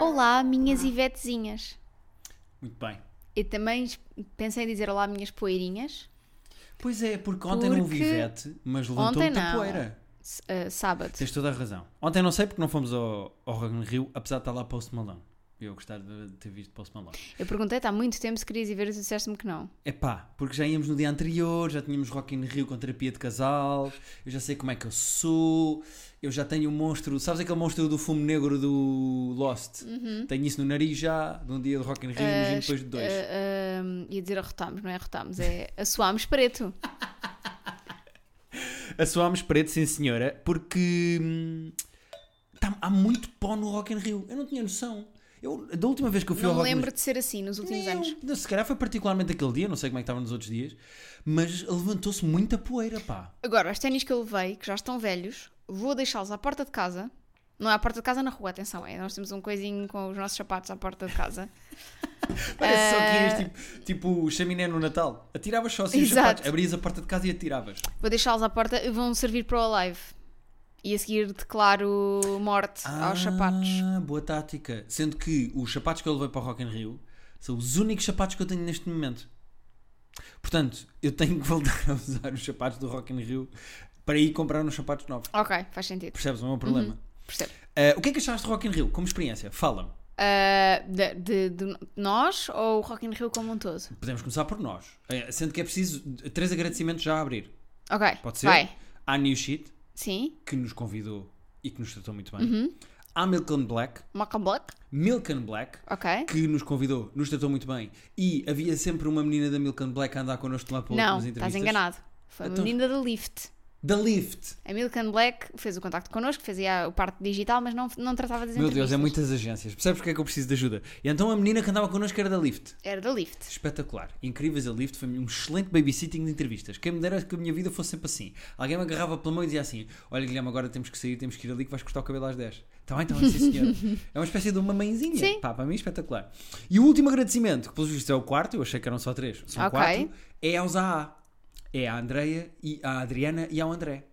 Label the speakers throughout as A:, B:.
A: Olá, minhas Ivetezinhas.
B: Muito bem.
A: Eu também es- pensei em dizer olá, minhas poeirinhas.
B: Pois é, porque ontem não vi
A: Porque-
B: Ivete, mas levantou-me
A: Ontem não.
B: a poeira.
A: S- ah, sábado.
B: Tens toda a razão. Ontem não sei porque não fomos ao, ao Rock in Rio, apesar de estar lá Post Malone. Eu gostava de ter visto Post Malone.
A: Eu perguntei-te há muito tempo se querias ir ver e tu disseste-me que não.
B: Epá, porque já íamos no dia anterior, já tínhamos Rock in Rio com terapia de casal, eu já sei como é que eu sou, eu já tenho o monstro, sabes aquele monstro do fumo negro do Lost?
A: Uhum.
B: Tenho isso no nariz já, de um dia de Rock in Rio,
A: Eh,
B: imagino depois de dois.
A: Ah, ah, ia dizer arrotámos, não é arrotámos, é assoámos preto.
B: Assoámos preto, sim senhora, porque hum, tá- há muito pó no Rock in Rio. Eu não tinha noção. Eu, da última vez que eu fui
A: Não
B: ao
A: me
B: Rock in
A: lembro de ser assim nos últimos
B: Nem eu.
A: anos.
B: Não, se calhar foi particularmente aquele dia, não sei como é que estava nos outros dias, mas levantou-se muita poeira, pá.
A: Agora, os ténis que eu levei, que já estão velhos, vou deixá-los à porta de casa. Não é à porta de casa, é na rua, atenção, é. Nós temos um coisinho com os nossos sapatos à porta de casa.
B: Parece
A: Ah.
B: só que ias tipo, tipo chaminé no Natal. Atiravas só assim os
A: Exato.
B: sapatos, abrias a porta de casa e atiravas.
A: Vou deixá-los à porta e vão servir para o live. E a seguir declaro morte aos sapatos.
B: Ah, boa tática. Sendo que os sapatos que eu levei para o Rock in Rio são os únicos sapatos que eu tenho neste momento. Portanto, eu tenho que voltar a usar os sapatos do Rock in Rio para ir comprar uns sapatos novos.
A: Ok, faz sentido.
B: Percebes o meu problema?
A: Uhum. Percebo.
B: Ah, o que é que achaste do Rock in Rio como experiência? Fala-me.
A: Ah, de, de- de nós ou o Rock in Rio como um todo?
B: Podemos começar por nós. Eh, Sendo que é preciso três agradecimentos já a abrir.
A: Ok,
B: Pode ser?
A: vai.
B: À New Sheet,
A: Sim,
B: que nos convidou e que nos tratou muito bem.
A: Uhum.
B: À Milk and Black,
A: Malcolm Black.
B: Milk and Black,
A: Ok.
B: que nos convidou, nos tratou muito bem. E havia sempre uma menina da Milk and Black a andar connosco lá para
A: Não,
B: nas entrevistas.
A: estás enganado. Foi uma
B: Então-
A: menina da Lift.
B: Da Lift.
A: A Milkan Black fez o contacto connosco, fazia o parte digital, mas não, não tratava das
B: Meu Deus, é
A: entrevistas.
B: muitas agências. Percebes porque é que eu preciso de ajuda? E então a menina que andava connosco era da Lift.
A: Era da Lift.
B: Espetacular, incríveis a Lift, foi um excelente babysitting de entrevistas. Quem me dera que a minha vida fosse sempre assim. Alguém me agarrava pela mão e dizia assim: Olha, Guilherme, agora temos que sair, temos que ir ali que vais cortar o cabelo às 10. Está bem, está bem, sim senhor. É uma espécie de uma mãezinha.
A: Sim.
B: Pá, para mim, é espetacular. E o último agradecimento, que pelos vistos é o quarto, eu achei que eram só três, são
A: Ok.
B: quatro, é aos AA. É à Andreia, e à Adriana e ao André.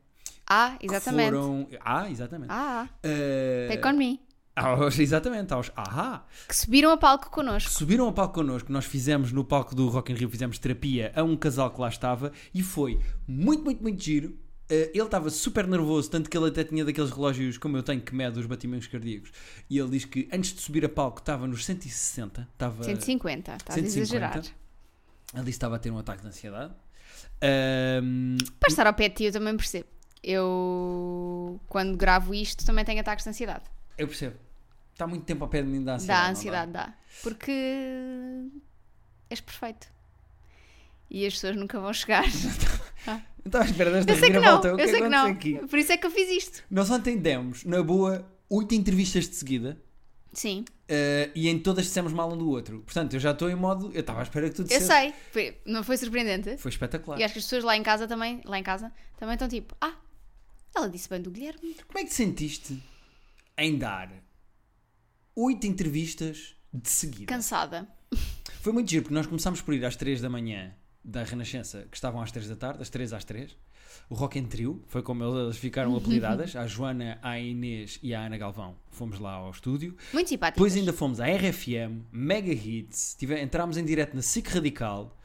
A: Ah,
B: que
A: exatamente.
B: Foram... Ah, exatamente.
A: Ah,
B: Eh,
A: take on me.
B: aos- exatamente, aos AA
A: Que subiram a palco connosco.
B: subiram ao palco connosco, nós fizemos no palco do Rock in Rio, fizemos terapia a um casal que lá estava e foi muito, muito, muito giro. Eh, ele estava super nervoso, tanto que ele até tinha daqueles relógios como eu tenho que mede os batimentos cardíacos. E ele diz que antes de subir a palco estava nos 160, estava
A: 150, estás a
B: 150.
A: exagerar.
B: ele disse que estava a ter um ataque de ansiedade. Ahm,
A: Para estar ao pé de ti, eu também percebo. Eu, quando gravo isto, também tenho ataques de ansiedade.
B: eu percebo. Está muito tempo ao pé de mim da ansiedade.
A: dá,
B: não
A: ansiedade dá. Porque és perfeito. E as pessoas nunca vão chegar.
B: Eu Estava Então, à espera desta
A: Eu sei que não,
B: reviravolta.
A: eu
B: O que é
A: sei que não.
B: acontece aqui?
A: Por isso é que eu fiz isto.
B: Nós ontem demos, na boa, oito entrevistas de seguida.
A: Sim.
B: Uh, e em todas dissemos mal um do outro. Portanto, eu já estou em modo. Eu estava à espera que tu
A: Eu
B: dissesse.
A: sei. Foi- Não foi surpreendente?
B: Foi espetacular.
A: E acho que as pessoas lá em casa também, lá em casa, também estão tipo, ah, ela disse bem do Guilherme.
B: Como é que te sentiste em dar oito entrevistas de seguida?
A: Cansada.
B: Foi muito giro, porque nós começámos por ir às 3 da manhã da Renascença, que estavam às 3 da tarde, às 3 às 3. O Rock and Trio, foi como elas ficaram apelidadas, à Joana, à Inês e à Ana Galvão. Fomos lá ao estúdio.
A: Muito simpática.
B: Depois ainda fomos à RFM, Mega Hits, tive, entramos em direto na SIC Radical.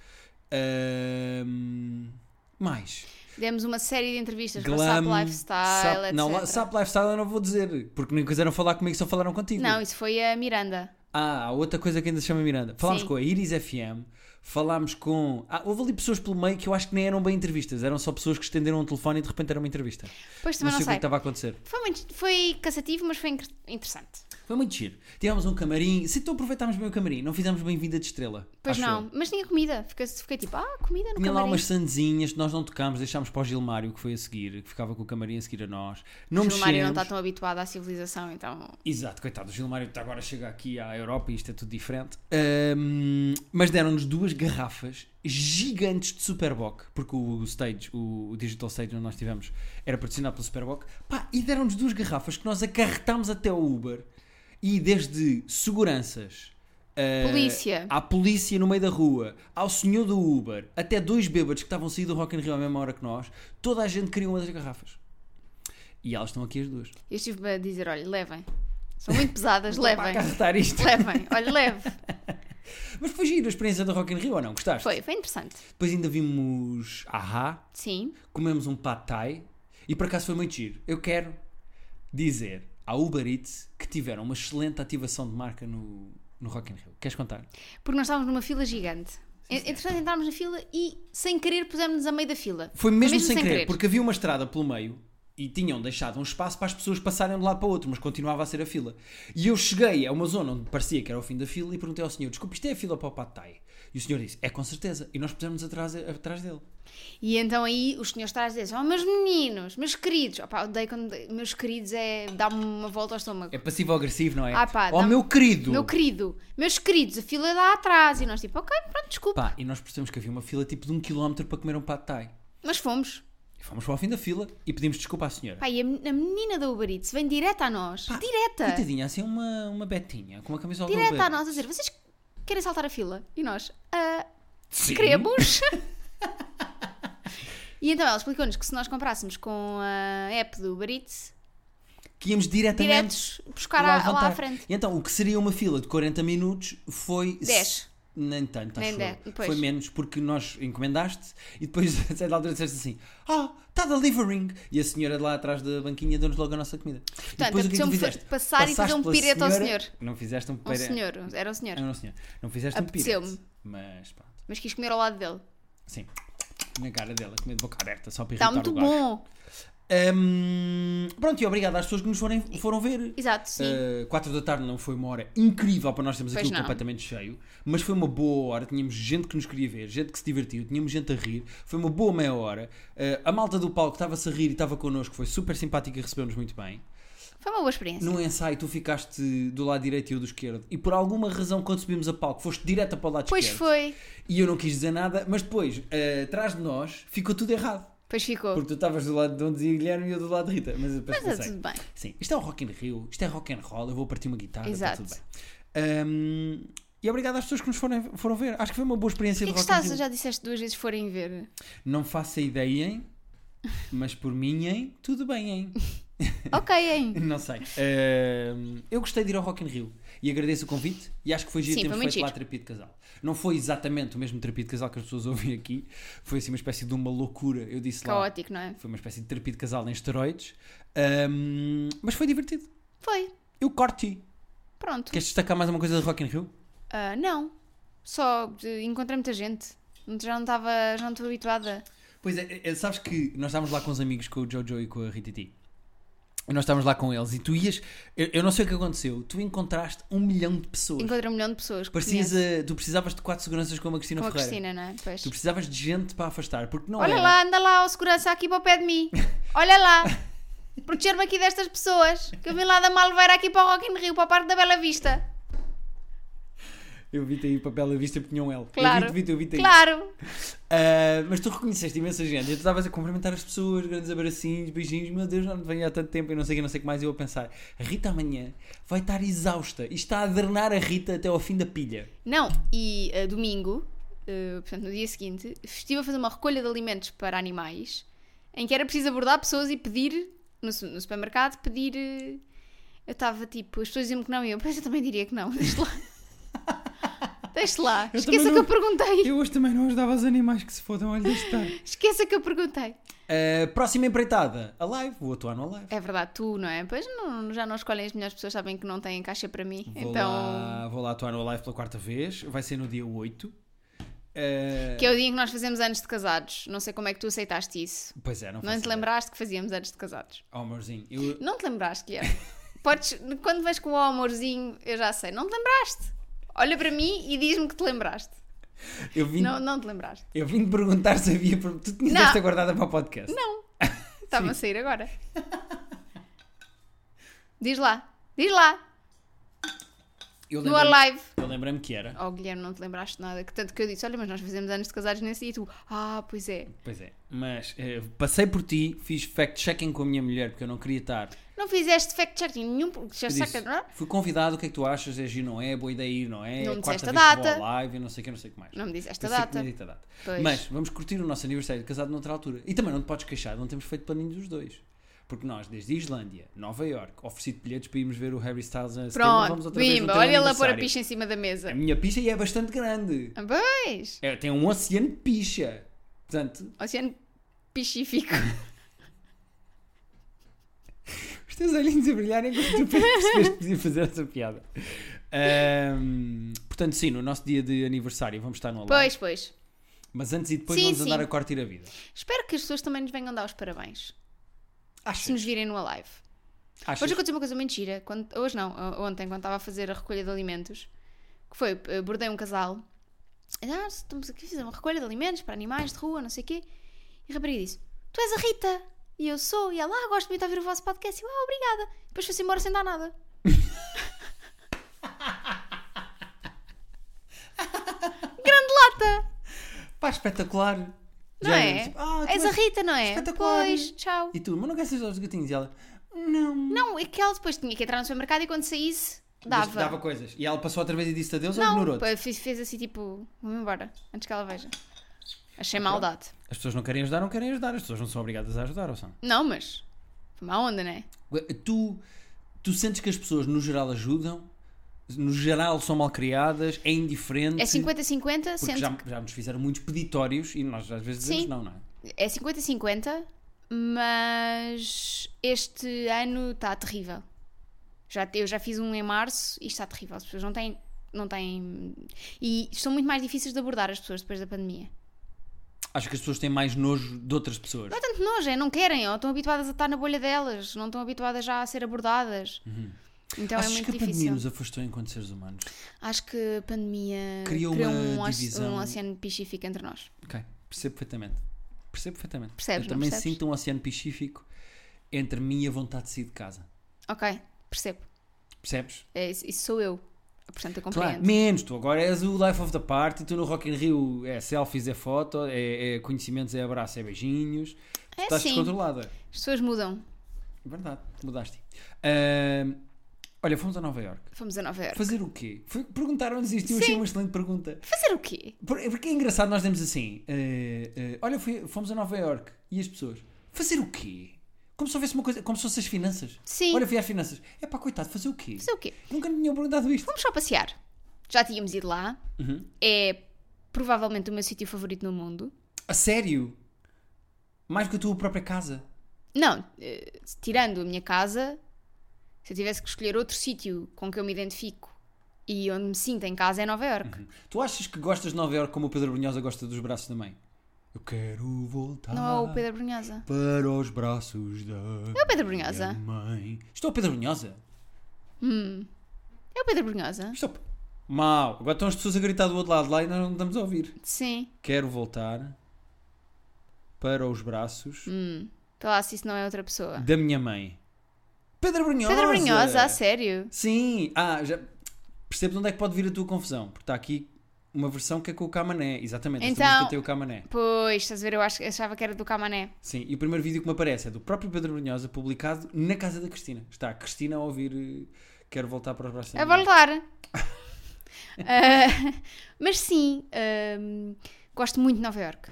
B: Ahm, mais.
A: Demos uma série de entrevistas com a
B: Glam,
A: SAP Lifestyle,
B: Sap-
A: etc.
B: Não, lá- SAP Lifestyle eu não vou dizer, porque nem quiseram falar comigo, só falaram contigo.
A: Não, isso foi a Miranda.
B: Ah, há outra coisa que ainda se chama Miranda. Falámos
A: Sim.
B: com a Iris FM, falámos com. Ah, houve ali pessoas pelo meio que eu acho que nem eram bem entrevistas, eram só pessoas que estenderam o telefone e de repente era uma entrevista.
A: Pois também
B: não
A: não
B: sei o que é que
A: sei.
B: estava a acontecer.
A: Foi, muito, foi cansativo, mas foi inter- interessante.
B: Foi muito giro. Tivemos um camarim, se então aproveitámos bem o camarim, não fizemos bem-vinda de estrela.
A: Pois
B: acho eu.
A: não, mas tinha comida. Fiquei, fiquei tipo, ah, comida no
B: Tinha lá
A: camarim.
B: umas sandezinhas que nós não tocámos, deixámos para o Gilmário, que foi a seguir, que ficava com o camarim a seguir a nós. Não
A: O Gilmário não
B: mexemos.
A: está tão habituado à civilização, então...
B: Exato, coitado, o Gilmário está agora chega aqui à Europa e isto é tudo diferente. Ahm, mas deram-nos duas garrafas gigantes de Superboc, porque o stage, o, o digital stage onde nós estivemos, era patrocinado pelo Superboc. Pá, e deram-nos duas garrafas que nós acarretámos até o Uber e desde seguranças. ah,
A: Polícia.
B: à polícia no meio da rua, ao senhor do Uber, até dois bêbados que estavam a sair do Rock in Rio à mesma hora que nós, toda a gente queria uma das garrafas. E elas estão aqui as duas.
A: Eu estive a dizer, olha, levem. São muito pesadas,
B: Para
A: levem.
B: acarretar isto.
A: Levem, olha, leve.
B: Mas foi giro a experiência da Rock in Rio ou não? Gostaste?
A: Foi, foi interessante.
B: Depois ainda vimos Ahá,
A: Sim.
B: comemos um pad thai e por acaso foi muito giro. Eu quero dizer à Uber Eats que tiveram uma excelente ativação de marca no, no Rock in Rio. Queres contar?
A: Porque nós estávamos numa fila gigante. Entretanto, entrámos na fila e, sem querer, pusemos-nos a meio da fila.
B: Foi mesmo, sem, querer, porque havia uma estrada pelo meio e tinham deixado um espaço para as pessoas passarem de um lado para o outro, mas continuava a ser a fila. E eu cheguei a uma zona onde parecia que era o fim da fila e perguntei ao senhor: desculpe, isto é a fila para o Pad Thai? E o senhor disse: é com certeza. E nós pusemos atrás, atrás dele.
A: E então aí os senhores atrás dizem: Oh, meus meninos, meus queridos. Opá, odeio quando meus queridos é dar-me uma volta ao estômago.
B: É passivo-agressivo, não é?
A: Ah, pá,
B: oh,
A: dá-me-
B: meu querido!
A: Meu querido, meus queridos, a fila é lá atrás. E nós, tipo, ok, pronto, desculpa.
B: Pá, e nós percebemos que havia uma fila tipo de um quilómetro para comer um Pad Thai.
A: Mas fomos.
B: E fomos para o fim da fila e pedimos desculpa à senhora.
A: Pá, e a men- a menina da Uber Eats vem direta a nós. direta.
B: Coitadinha, assim uma, uma betinha, com uma camisola da
A: Direta
B: Uber.
A: a nós a dizer: Vocês querem saltar a fila? E nós, ah,
B: Sim.
A: queremos. e então ela explicou-nos que se nós comprássemos com a app do Uber Eats,
B: Que íamos diretamente
A: diretos buscar
B: lá
A: a- lá,
B: levantar.
A: à frente.
B: E então, o que seria uma fila de 40 minutos foi...
A: 10.
B: Nem tanto,
A: Nem
B: acho
A: dez,
B: eu.
A: pois.
B: Foi menos, porque nós encomendaste e depois, a certa altura, disseste assim Ah, está delivering! E a senhora de lá atrás da banquinha deu-nos logo a nossa comida. E depois o que é que tu
A: apeteceu-me fa-
B: fizeste?
A: passar e fazer
B: Passaste
A: um
B: pela
A: pirete ao
B: senhora-
A: senhor.
B: Não fizeste um
A: Um
B: pirete.
A: senhor, era um senhor.
B: Ah, Não, senhor. Não fizeste um pirete.
A: Apeteceu-me.
B: Mas pronto.
A: Mas quis comer ao lado dele.
B: Sim. Na cara dela, com a boca aberta, só para
A: Está
B: irritar
A: Tá muito
B: o gajo.
A: bom.
B: Hum, pronto, e obrigado às pessoas que nos forem, foram ver.
A: Exato, sim.
B: Eh, 4 Ah, da tarde não foi uma hora incrível para nós termos
A: Pois
B: aquilo
A: não.
B: completamente cheio, mas foi uma boa hora. Tínhamos gente que nos queria ver, gente que se divertiu, tínhamos gente a rir. Foi uma boa meia hora. Uh, a malta do palco estava-se a rir e estava connosco, foi super simpática e recebeu-nos muito bem.
A: Foi uma boa experiência.
B: No ensaio, tu ficaste do lado direito e eu do esquerdo, e por alguma razão, quando subimos a palco, foste direta para o lado
A: Pois
B: esquerdo.
A: foi.
B: E eu não quis dizer nada, mas depois, uh, atrás de nós, ficou tudo errado.
A: Pois ficou.
B: Porque tu estavas do lado de onde dizia Guilherme e eu do lado de Rita. Mas depois
A: Mas está
B: pensei,
A: tudo bem.
B: Sim, isto é o Rock in Rio, isto é rock and roll, eu vou partir uma guitarra,
A: Exato.
B: está tudo bem. Hum, e obrigado às pessoas que nos foram, foram ver. Acho que foi uma boa experiência
A: O que é
B: de
A: que
B: Rock in
A: estás?
B: Rio.
A: Já disseste duas vezes forem ver.
B: Não faço a ideia, hein? mas por mim, hein? tudo bem, hein?
A: Ok, hein?
B: Não sei. Hum, eu gostei de ir ao Rock in Rio e agradeço o convite e acho que foi giro
A: Sim,
B: termos
A: foi
B: feito
A: muito
B: lá a
A: giro.
B: terapia de casal. Não foi exatamente o mesmo terapia de casal que as pessoas ouvem aqui. Foi assim uma espécie de uma loucura. Eu disse lá,
A: Caótico, não é?
B: foi uma espécie de terapia de casal em esteroides. Hum, mas foi divertido.
A: Foi.
B: Eu corti.
A: Pronto.
B: Queres destacar mais uma coisa do Rock in Rio?
A: Ah, não. Só de- encontrei muita gente. Já não estava. Já não estou habituada.
B: Pois é, é, sabes que nós estávamos lá com os amigos, com o Jojo e com a Rititi. E nós estávamos lá com eles e tu ias. Eu, eu não sei o que aconteceu, tu encontraste um milhão de pessoas.
A: Encontrei um milhão de pessoas. que
B: Parecias
A: conheço.
B: a- tu precisavas de quatro seguranças como a Cristina
A: Com a
B: Ferreira.
A: Cristina, não é? Pois.
B: Tu precisavas de gente para afastar, porque não
A: Olha
B: era.
A: lá, anda lá, o segurança aqui para o pé de mim. Olha lá. Proteger-me aqui destas pessoas. Que eu vim lá da Malveira aqui para o Rock in Rio, para a parte da Bela Vista.
B: Eu vi-te aí papel à vista porque tinha um L.
A: Claro.
B: Eu vi-te, eu vi-te, eu vi-te aí.
A: Claro.
B: Ah, mas tu reconheceste imensa gente. E tu estavas a cumprimentar as pessoas, grandes abracinhos, beijinhos. Meu Deus, já não te venho há tanto tempo e não sei o que, não sei o que mais. E eu a pensar, a Rita amanhã vai estar exausta e está a drenar a Rita até ao fim da pilha.
A: Não, e eh, domingo, eh, portanto no dia seguinte, estive a fazer uma recolha de alimentos para animais em que era preciso abordar pessoas e pedir, no, su- no supermercado, pedir. eh, eu estava tipo, as pessoas diziam-me que não e eu, pois eu também diria que não, deixa lá. deixa lá,
B: Eu
A: esqueça
B: também
A: que eu
B: não-
A: perguntei.
B: Eu hoje também não ajudava os animais que se fodam, olha estar.
A: Esqueça que eu perguntei.
B: Ah, próxima empreitada, a live. Vou atuar no live.
A: É verdade, tu, não é? Pois não, já não escolhem as melhores pessoas, sabem que não têm caixa para mim.
B: Vou,
A: então,
B: lá, vou lá atuar no live pela quarta vez. Vai ser no dia 8. Ah,
A: que é o dia em que nós fazemos anos de casados. Não sei como é que tu aceitaste isso.
B: Pois é, não,
A: Não
B: faço
A: te
B: ideia.
A: lembraste que fazíamos anos de casados.
B: Oh, amorzinho, eu-
A: Não te lembraste, Guilherme. Podes, quando vais com o amorzinho, eu já sei, não te lembraste. Olha para mim e diz-me que te lembraste.
B: eu vim,
A: Não, não te lembraste.
B: eu vim te perguntar se havia. pro- Tu tinhas
A: Não.
B: esta guardada para o podcast.
A: Não. Estava a sair agora. Diz lá. Diz lá.
B: Eu
A: No
B: lembrei-me-
A: live.
B: Eu lembrei-me que era.
A: Oh, Guilherme, não te lembraste de nada. Que tanto que eu disse, olha, mas nós fizemos anos de casados nesse dia e tu, ah, pois é.
B: Pois é. Mas eh, passei por ti, fiz fact-checking com a minha mulher porque eu não queria estar.
A: Não fizeste fact-checking nenhum, porque já
B: Eu disse,
A: saca, não?
B: fui convidado, o que é que tu achas? É giro, não é? Boa ideia ir, não é?
A: Não
B: É
A: me
B: quarta
A: disseste a
B: vez que vou
A: data.
B: ao live, eu não sei o que, eu não sei o que mais.
A: Não me disse esta
B: Eu sei que
A: data.
B: tinha dito a data.
A: Pois.
B: Mas vamos curtir o nosso aniversário de casado noutra altura. E também não te podes queixar, não temos feito planinho dos dois. Porque nós, desde a Islândia, Nova York, oferecido bilhetes para irmos ver o Harry Styles a setembro, vamos
A: Pronto,
B: outra vez no
A: bimba,
B: teu
A: olha lá pôr a
B: aniversário.
A: picha em cima da mesa.
B: A minha picha e é bastante grande.
A: Ah, Pois!
B: É, tem um oceano de picha. Portanto,
A: Oceano Pacífico.
B: os teus olhinhos a brilharem quando tu percebeste que podia fazer essa piada. Ahm, portanto, sim, no nosso dia de aniversário vamos estar no Alá.
A: Pois, pois.
B: Mas antes e depois
A: Sim,
B: vamos andar
A: sim.
B: a curtir a vida.
A: Espero que as pessoas também nos venham dar os parabéns. Se
B: Achas?
A: nos virem numa live.
B: Achas?
A: Hoje aconteceu uma coisa muito gira. Quando, hoje não, o- ontem, quando estava a fazer a recolha de alimentos, que foi, eh, bordei um casal. Ah, estamos aqui a fazer uma recolha de alimentos para animais de rua, não sei o quê. E a rapariga disse: Tu és a Rita! E eu sou, e ela, ah, gosto muito de ouvir o vosso podcast. E eu, ah, obrigada. Depois foi-se embora sem dar nada. Grande lata!
B: Pá, espetacular.
A: Não
B: Já
A: é?
B: tipo, ah, tu
A: és a Rita, não é?
B: espetacular.
A: Pois, tchau.
B: E tu, mas não queres ajudar os gatinhos? E ela, não.
A: Não, é que ela depois tinha que entrar no supermercado e quando saísse, dava.
B: Dava coisas. E ela passou outra vez e disse adeus ou
A: Não,
B: ignorou-te?
A: pá, fez, fez assim tipo, vamos embora, antes que ela veja. Achei maldade.
B: As pessoas não querem ajudar, não querem ajudar. As pessoas não são obrigadas a ajudar, ou são?
A: Não, mas foi má onda, né?
B: Tu, tu sentes que as pessoas no geral ajudam? No geral são mal criadas? É indiferente?
A: É 50-50,
B: Porque
A: sendo
B: já, já nos fizeram muitos peditórios e nós às vezes dizemos
A: Sim.
B: não, não é?
A: que- é 50-50, mas este ano está terrível. Já, te- eu já fiz um em março e está terrível. As pessoas não têm. Não têm. E são muito mais difíceis de abordar as pessoas depois da pandemia.
B: Acho que as pessoas têm mais nojo de outras pessoas.
A: Não é tanto nojo, é, não querem, ou estão habituadas a estar na bolha delas, não estão habituadas já a ser abordadas. Então é
B: Uhum. Achas
A: muito
B: que a pandemia
A: difícil.
B: nos afastou enquanto seres humanos?
A: Acho que a pandemia
B: Criou
A: criou,
B: uma
A: um, oce-
B: divisão.
A: um oceano pacífico entre nós.
B: Ok, percebo perfeitamente. Percebo perfeitamente.
A: Percebes,
B: Eu
A: não
B: também
A: percebes?
B: sinto um oceano pacífico entre mim e a vontade de sair de casa.
A: Ok, percebo.
B: Percebes?
A: É, isso, isso sou eu. Portanto, eu
B: Claro,
A: compreendo.
B: menos, tu agora és o life of the party, tu no Rock in Rio é selfies, é foto, é, é conhecimentos, é abraço, é beijinhos, tu
A: É
B: estás
A: sim.
B: descontrolada.
A: As pessoas mudam.
B: É verdade, mudaste. Ahm, olha, fomos a Nova York.
A: Fomos a Nova Iorque.
B: Fazer o quê? Foi- Perguntaram-nos isto e eu achei uma excelente pergunta.
A: Fazer o quê?
B: Por- Porque é engraçado, nós demos assim: eh, eh, olha, fui- fomos a Nova York e as pessoas, fazer o quê? Como se houvesse uma coisa, como se fossem as finanças.
A: Sim.
B: Olha, fui às finanças. É pá, coitado, fazer o quê?
A: Fazer o quê?
B: Nunca me tinham perguntado isto.
A: Vamos só passear. Já tínhamos ido lá.
B: Uhum.
A: É provavelmente o meu sítio favorito no mundo.
B: A sério? Mais que a tua própria casa.
A: Não, eh, tirando a minha casa, se eu tivesse que escolher outro sítio com que eu me identifico e onde me sinto em casa é Nova Iorque.
B: Tu achas que gostas de Nova Iorque como o Pedro Brunhosa gosta dos braços da mãe? Eu quero voltar
A: Não é o Pedro Brunhosa.
B: para os braços da
A: É o Pedro Brunhosa.
B: minha mãe. Isto é o Pedro Brunhosa?
A: É o Pedro Brunhosa.
B: Isto é o... Mau. Agora estão as pessoas a gritar do outro lado lá e nós não estamos a ouvir.
A: Sim.
B: Quero voltar para os braços
A: Hum. Está lá se isso não é outra pessoa.
B: da minha mãe. Pedro Brunhosa!
A: Pedro Brunhosa, a sério?
B: Sim, ah, já percebo de onde é que pode vir a tua confusão, porque está aqui uma versão que é com o Camané, exatamente, esta
A: Então-
B: música tem o Camané.
A: Pois, estás a ver, eu acho- achava que era do Camané.
B: Sim, e o primeiro vídeo que me aparece é do próprio Pedro Brunhosa, publicado na casa da Cristina. Está a Cristina a ouvir eh, Quero Voltar para os Braços da
A: A
B: Minha Mãe.
A: voltar. Ah, mas sim, ahm, gosto muito de Nova Iorque.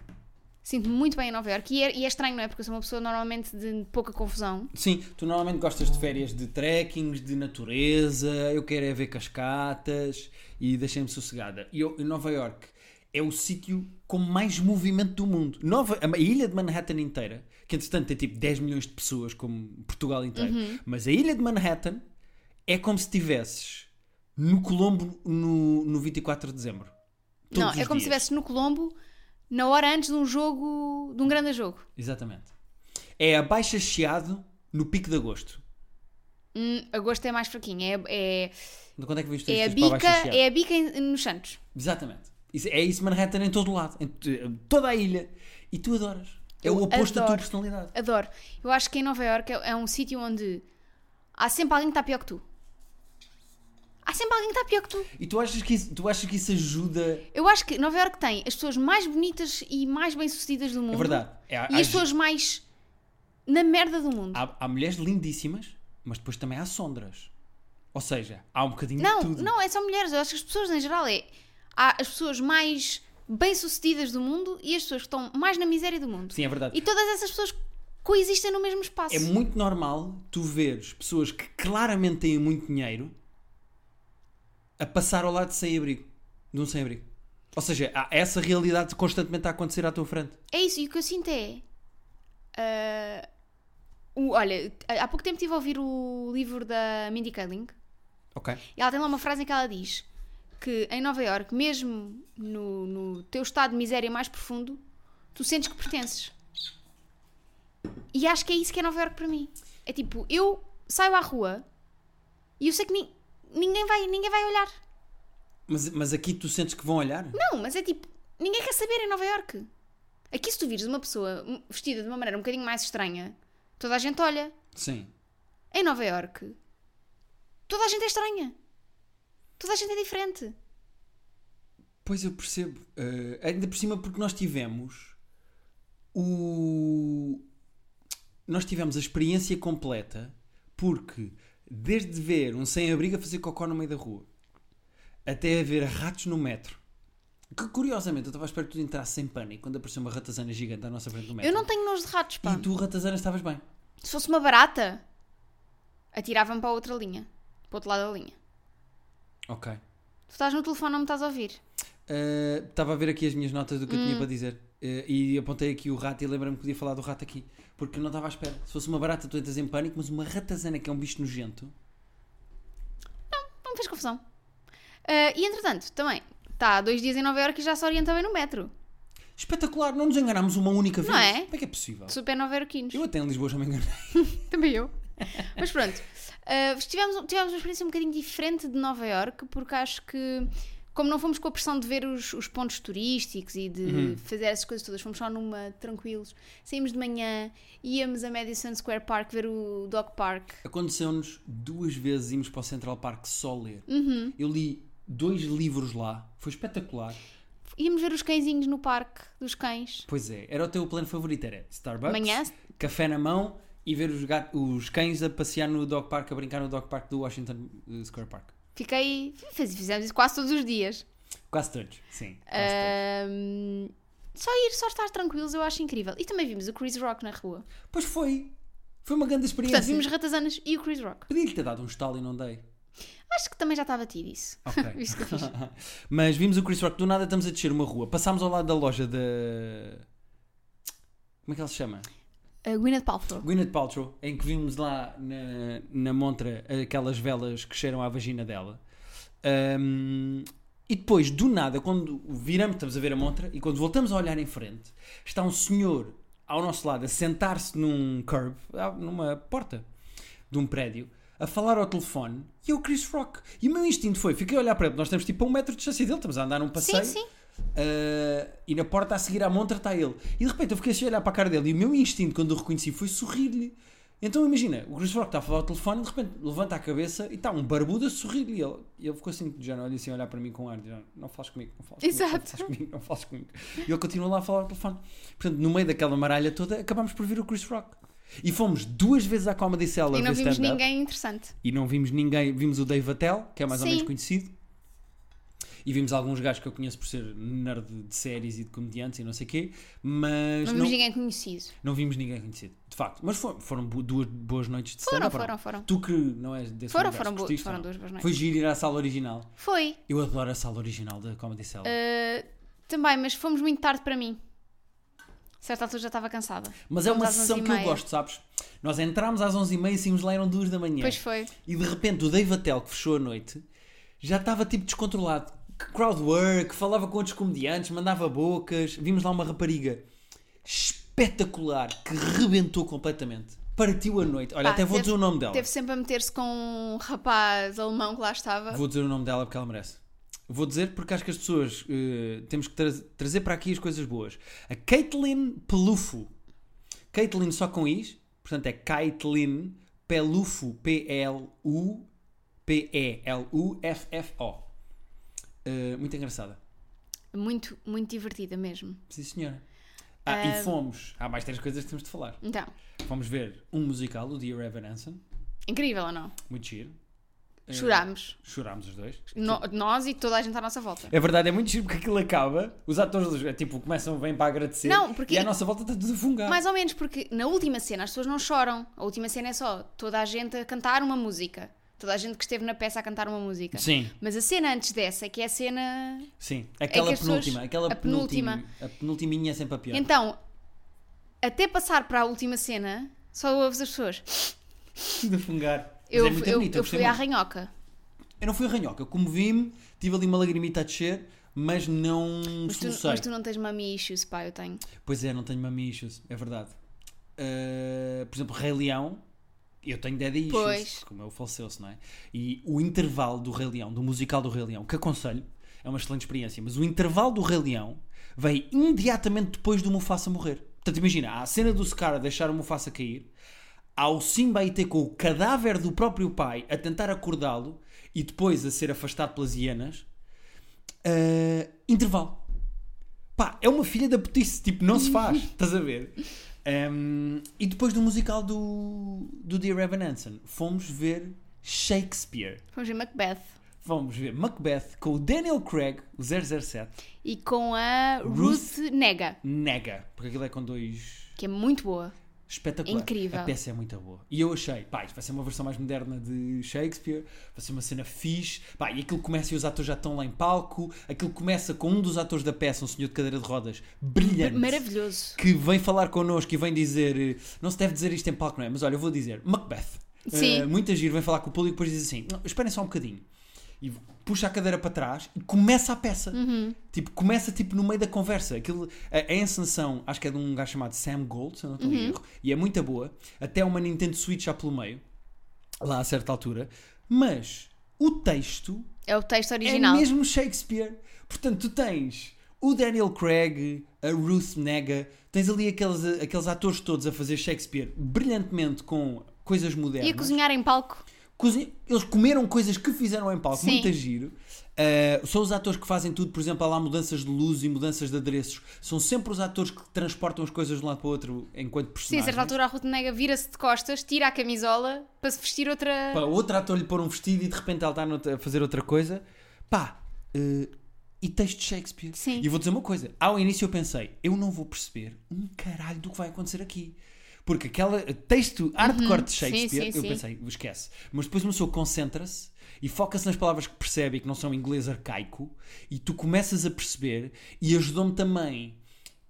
A: Sinto-me muito bem em Nova Iorque. E é, e é estranho, não é? Porque eu sou uma pessoa normalmente de pouca confusão.
B: Sim, tu normalmente gostas de férias de trekkings, de natureza, eu quero é ver cascatas e deixem-me sossegada. E eu, em Nova York é o sítio com mais movimento do mundo. Nova, a ilha de Manhattan inteira, que entretanto tem tipo 10 milhões de pessoas, como Portugal inteiro,
A: Uhum.
B: mas a ilha de Manhattan é como se estivesses no Colombo no, no 24 de dezembro. Todos
A: não,
B: os
A: é como
B: dias.
A: se estivesse no Colombo na hora antes de um jogo, de um grande jogo.
B: Exatamente. É a Baixa Chiado no pico de agosto.
A: Hum, agosto é mais fraquinho. É, é,
B: De Quando é que viste
A: é a
B: isto para
A: bica,
B: Baixa Chiado?
A: é a bica em- nos Santos.
B: Exatamente. Isso- é isso Manhattan em todo o lado, em t- toda a ilha. E tu adoras. É o
A: Eu
B: oposto da tua
A: adoro.
B: personalidade.
A: Adoro. Eu acho que em Nova Iorque é é um sítio onde há sempre alguém que está pior que tu. Há sempre alguém que está pior que tu.
B: E tu achas que isso, tu achas que isso ajuda.
A: Eu acho que Nova Iorque tem as pessoas mais bonitas e mais bem-sucedidas do mundo.
B: É verdade. É, há,
A: E
B: há-
A: as pessoas mais na merda do mundo.
B: há- há mulheres lindíssimas, mas depois também há sondras. Ou seja, há um bocadinho
A: não,
B: de tudo.
A: não, é só mulheres. Eu acho que as pessoas em geral é. Há as pessoas mais bem-sucedidas do mundo e as pessoas que estão mais na miséria do mundo.
B: Sim, é verdade.
A: E todas essas pessoas coexistem no mesmo espaço.
B: É muito normal tu veres pessoas que claramente têm muito dinheiro a passar ao lado de sem-abrigo, de um sem-abrigo. Ou seja, há essa realidade constantemente a acontecer à tua frente.
A: É isso, e o que eu sinto é. ah, o- olha, há pouco tempo estive a ouvir o livro da Mindy Kaling
B: Ok?
A: e ela tem lá uma frase em que ela diz que em Nova Iorque, mesmo no, no teu estado de miséria mais profundo, tu sentes que pertences. E acho que é isso que é Nova Iorque para mim. É tipo, eu saio à rua e eu sei que ni- ninguém, vai, ninguém vai olhar.
B: Mas, mas aqui tu sentes que vão olhar?
A: Não, mas é tipo, ninguém quer saber em Nova Iorque. Aqui, se tu vires uma pessoa hum, vestida de uma maneira um bocadinho mais estranha, toda a gente olha.
B: Sim.
A: Em Nova Iorque, toda a gente é estranha. Toda a gente é diferente.
B: Pois eu percebo. Eh, ainda por cima porque nós tivemos o. Nós tivemos a experiência completa porque desde ver um sem-abrigo a fazer cocó no meio da rua até haver ratos no metro. Que curiosamente eu estava à espera que tu entrasse sem pânico quando apareceu uma ratazana gigante à nossa frente do metro.
A: Eu não tenho nojo de ratos, pá.
B: E tu, ratazana, estavas bem.
A: Se fosse uma barata, atirava-me para a outra linha. Para o outro lado da linha.
B: Ok.
A: Tu estás no telefone, não me estás a ouvir.
B: Eh, Estava a ver aqui as minhas notas do que eu
A: Hum.
B: tinha para dizer. Eh, e apontei aqui o rato e lembrei-me que podia falar do rato aqui. Porque não estava à espera. Se fosse uma barata, tu entras em pânico, mas uma ratazana, que é um bicho nojento.
A: Não me fez confusão. Ah, e entretanto, também, está há dois dias em Nova Iorque e já se orienta bem no metro.
B: Espetacular, não nos enganámos uma única vez.
A: Não é?
B: Como é que é possível?
A: Super Nova Iorquinos.
B: Eu até em Lisboa já me enganei.
A: Também eu. Mas pronto, ah, tivemos, tivemos uma experiência um bocadinho diferente de Nova Iorque, porque acho que, como não fomos com a pressão de ver os, os pontos turísticos e de fazer essas coisas todas, fomos só numa tranquilos, saímos de manhã, íamos a Madison Square Park ver o Dog Park.
B: Aconteceu-nos duas vezes irmos para o Central Park só ler.
A: Uhum.
B: Eu li dois livros lá, foi espetacular.
A: Íamos ver os cãezinhos no parque dos cães.
B: Pois é, era o teu plano favorito, era Starbucks,
A: Amanhã?
B: café na mão e ver os, gato- os cães a passear no Dog Park, a brincar no Dog Park do Washington eh, Square Park.
A: Fiquei. faz- Fizemos isso quase todos os dias.
B: Quase todos, sim. Quase
A: Eh, Ahm, só ir, só estar tranquilos, eu acho incrível. E também vimos o Chris Rock na rua.
B: todos. Pois foi. Foi uma grande experiência.
A: Portanto, vimos ratazanas e o Chris Rock.
B: Podia-lhe ter dado um estalo e não dei.
A: Acho que também já estava tido isso.
B: Ok.
A: Viste que eu fiz.
B: Mas vimos o Chris Rock, do nada estamos a descer uma rua. Passámos ao lado da loja da. Como é que ela se chama?
A: A Gwyneth Paltrow.
B: Gwyneth Paltrow, em que vimos lá na, na montra aquelas velas que cheiram à vagina dela. Ahm, e depois, do nada, quando viramos, estamos a ver a montra, e quando voltamos a olhar em frente, está um senhor ao nosso lado a sentar-se num curb, ah, numa porta de um prédio, a falar ao telefone, e é o Chris Rock. E o meu instinto foi, fiquei a olhar para ele, nós estamos tipo a um metro de distância dele, estamos a andar num passeio,
A: Sim, sim.
B: Uh, e na porta a seguir à montra está ele. E de repente eu fiquei assim a olhar para a cara dele e o meu instinto quando o reconheci foi sorrir-lhe. Então imagina, o Chris Rock está a falar ao telefone, de repente levanta a cabeça e está um barbudo a sorrir-lhe. E ele, e ele ficou assim, já não olha assim a olhar para mim com ar, de género, não falas comigo, não falas comigo, não
A: Exato.
B: falas comigo, não falas comigo. E ele continua lá a falar ao telefone. Portanto, no meio daquela maralha toda, acabámos por vir o Chris Rock. E fomos duas vezes à Comedy Cellar
A: E não
B: ver
A: vimos
B: stand-up
A: ninguém interessante.
B: e não vimos ninguém. Vimos o Dave Attell, que é mais ou
A: Sim.
B: menos conhecido, e vimos alguns gajos que eu conheço por ser nerd de séries e de comediantes e não sei o quê, mas
A: Não
B: não,
A: vimos ninguém conhecido.
B: não vimos ninguém conhecido, de facto. Mas foram, foram bo- duas boas noites de
A: Foram,
B: stand-up. ou
A: foram,
B: não?
A: foram.
B: Tu que não és desse
A: Foram,
B: universo,
A: foram, bo-
B: curtiste,
A: foram
B: ou não?
A: duas boas noites.
B: Foi giro ir à sala original.
A: Foi.
B: Eu adoro a sala original da Comedy Cellar.
A: Ah, também, mas fomos muito tarde para mim. A certa altura já estava cansada.
B: mas é uma
A: às onze e
B: sessão que eu
A: meia.
B: gosto, sabes? Nós entrámos às 11h30 e saímos lá, eram 2 da manhã.
A: Pois foi.
B: E de repente o Dave Attell, que fechou a noite, já estava tipo descontrolado. Que Crowdwork, falava com outros comediantes, mandava bocas. Vimos lá uma rapariga espetacular que rebentou completamente. Partiu a noite. Olha,
A: Pá,
B: até vou
A: teve-
B: dizer o nome dela.
A: Teve sempre a meter-se com um rapaz alemão que lá estava.
B: Vou dizer o nome dela porque ela merece. Vou dizer porque acho que as pessoas eh, temos que tra- trazer para aqui as coisas boas. A Caitlin Pelufo. Caitlin só com is, portanto é Caitlin Pelufo, P-L-U-P-E-L-U-F-F-O. Eh, muito engraçada.
A: Muito, muito divertida mesmo.
B: Sim, senhora. Ah, e fomos. Há mais três coisas que temos de falar.
A: Então,
B: Fomos ver um musical, o Dear Evan Hansen.
A: incrível ou não?
B: Muito giro. eh,
A: Chorámos.
B: Chorámos os dois.
A: No- nós e toda a gente à nossa volta.
B: É verdade, é muito giro porque aquilo acaba, os atores é, tipo, começam bem para agradecer
A: Não, porque-
B: e à nossa volta está tudo a fungar.
A: Mais ou menos, porque na última cena as pessoas não choram. A última cena é só toda a gente a cantar uma música. Toda a gente que esteve na peça a cantar uma música.
B: Sim,
A: Mas a cena antes dessa, que é a cena.
B: sim.
A: É que
B: Aquela
A: as pessoas-
B: penúltima, aquela
A: a
B: penúltima,
A: penúltima.
B: A penultiminha é sempre a pior.
A: Então, até passar para a última cena, só ouves as pessoas.
B: de fungar. Mas
A: Eu,
B: é muito
A: eu,
B: bonito,
A: eu
B: gostei
A: fui à
B: muito.
A: ranhoca.
B: Eu não fui a ranhoca, eu comovi-me, tive ali uma lagrimita a descer, mas não
A: Mas tu,
B: solucei.
A: mas tu não tens mami issues, pá, eu tenho.
B: Pois é, não tenho mami issues, é verdade. Ah, por exemplo, Rei Leão, eu tenho daddy issues,
A: Pois.
B: porque o meu faleceu-se, não é? E o intervalo do Rei Leão, do musical do Rei Leão, que aconselho, é uma excelente experiência, mas o intervalo do Rei Leão vem imediatamente depois do Mufasa morrer. Portanto, imagina, há a cena do Scar a deixar o Mufasa cair, há o Simba a ter com o cadáver do próprio pai a tentar acordá-lo e depois a ser afastado pelas hienas. Ah, intervalo. Pá, é uma filha da putice, tipo, não se faz, estás a ver? Um, e depois do musical do, do Dear Evan Hansen, fomos ver Shakespeare.
A: Vamos ver Macbeth.
B: Fomos ver Macbeth com o Daniel Craig, o 007,
A: E com a
B: Ruth-
A: Ruth, Nega,
B: nega, porque aquilo é com dois
A: que é muito boa.
B: espetacular.
A: Incrível.
B: A peça é muito boa. E eu achei, pá, isto vai ser uma versão mais moderna de Shakespeare, vai ser uma cena fixe, pá, e aquilo começa e os atores já estão lá em palco, aquilo começa com um dos atores da peça, um senhor de cadeira de rodas, brilhante.
A: Maravilhoso.
B: que vem falar connosco e vem dizer eh, não se deve dizer isto em palco, não é? Mas olha, eu vou dizer Macbeth.
A: Sim.
B: Eh, muita giro, vem falar com o público e depois diz assim: "Não, esperem só um bocadinho. E puxa a cadeira para trás e começa a peça. Tipo, começa tipo no meio da conversa. Aquilo, a, a encenação, acho que é de um gajo chamado Sam Gold, se eu não estou em erro, e é muito boa. Até uma Nintendo Switch já pelo meio, lá a certa altura. Mas o texto
A: É o texto original.
B: é mesmo Shakespeare. Portanto, tu tens o Daniel Craig, a Ruth Nega, tens ali aqueles, aqueles atores todos a fazer Shakespeare brilhantemente com coisas modernas.
A: E a cozinhar em palco.
B: Cozi- Eles comeram coisas que fizeram em palco,
A: Sim.
B: muito a giro. Uh, são os atores que fazem tudo, por exemplo, há lá mudanças de luz e mudanças de adereços. São sempre os atores que transportam as coisas de um lado para o outro enquanto
A: Sim, a
B: personagens.
A: certa altura a Ruth Nega vira-se de costas, tira a camisola para se vestir outra.
B: Pá, outro ator lhe pôr um vestido e de repente ela está noutra- a fazer outra coisa. Pá, eh, e texto de Shakespeare.
A: Sim.
B: E vou dizer uma coisa: ao início eu pensei, eu não vou perceber um caralho do que vai acontecer aqui. Porque aquela texto hardcore de
A: Uhum. Sim,
B: Shakespeare,
A: sim,
B: eu
A: sim.
B: pensei, esquece. Mas depois uma pessoa concentra-se e foca-se nas palavras que percebe e que não são inglês arcaico e tu começas a perceber e ajudou-me também.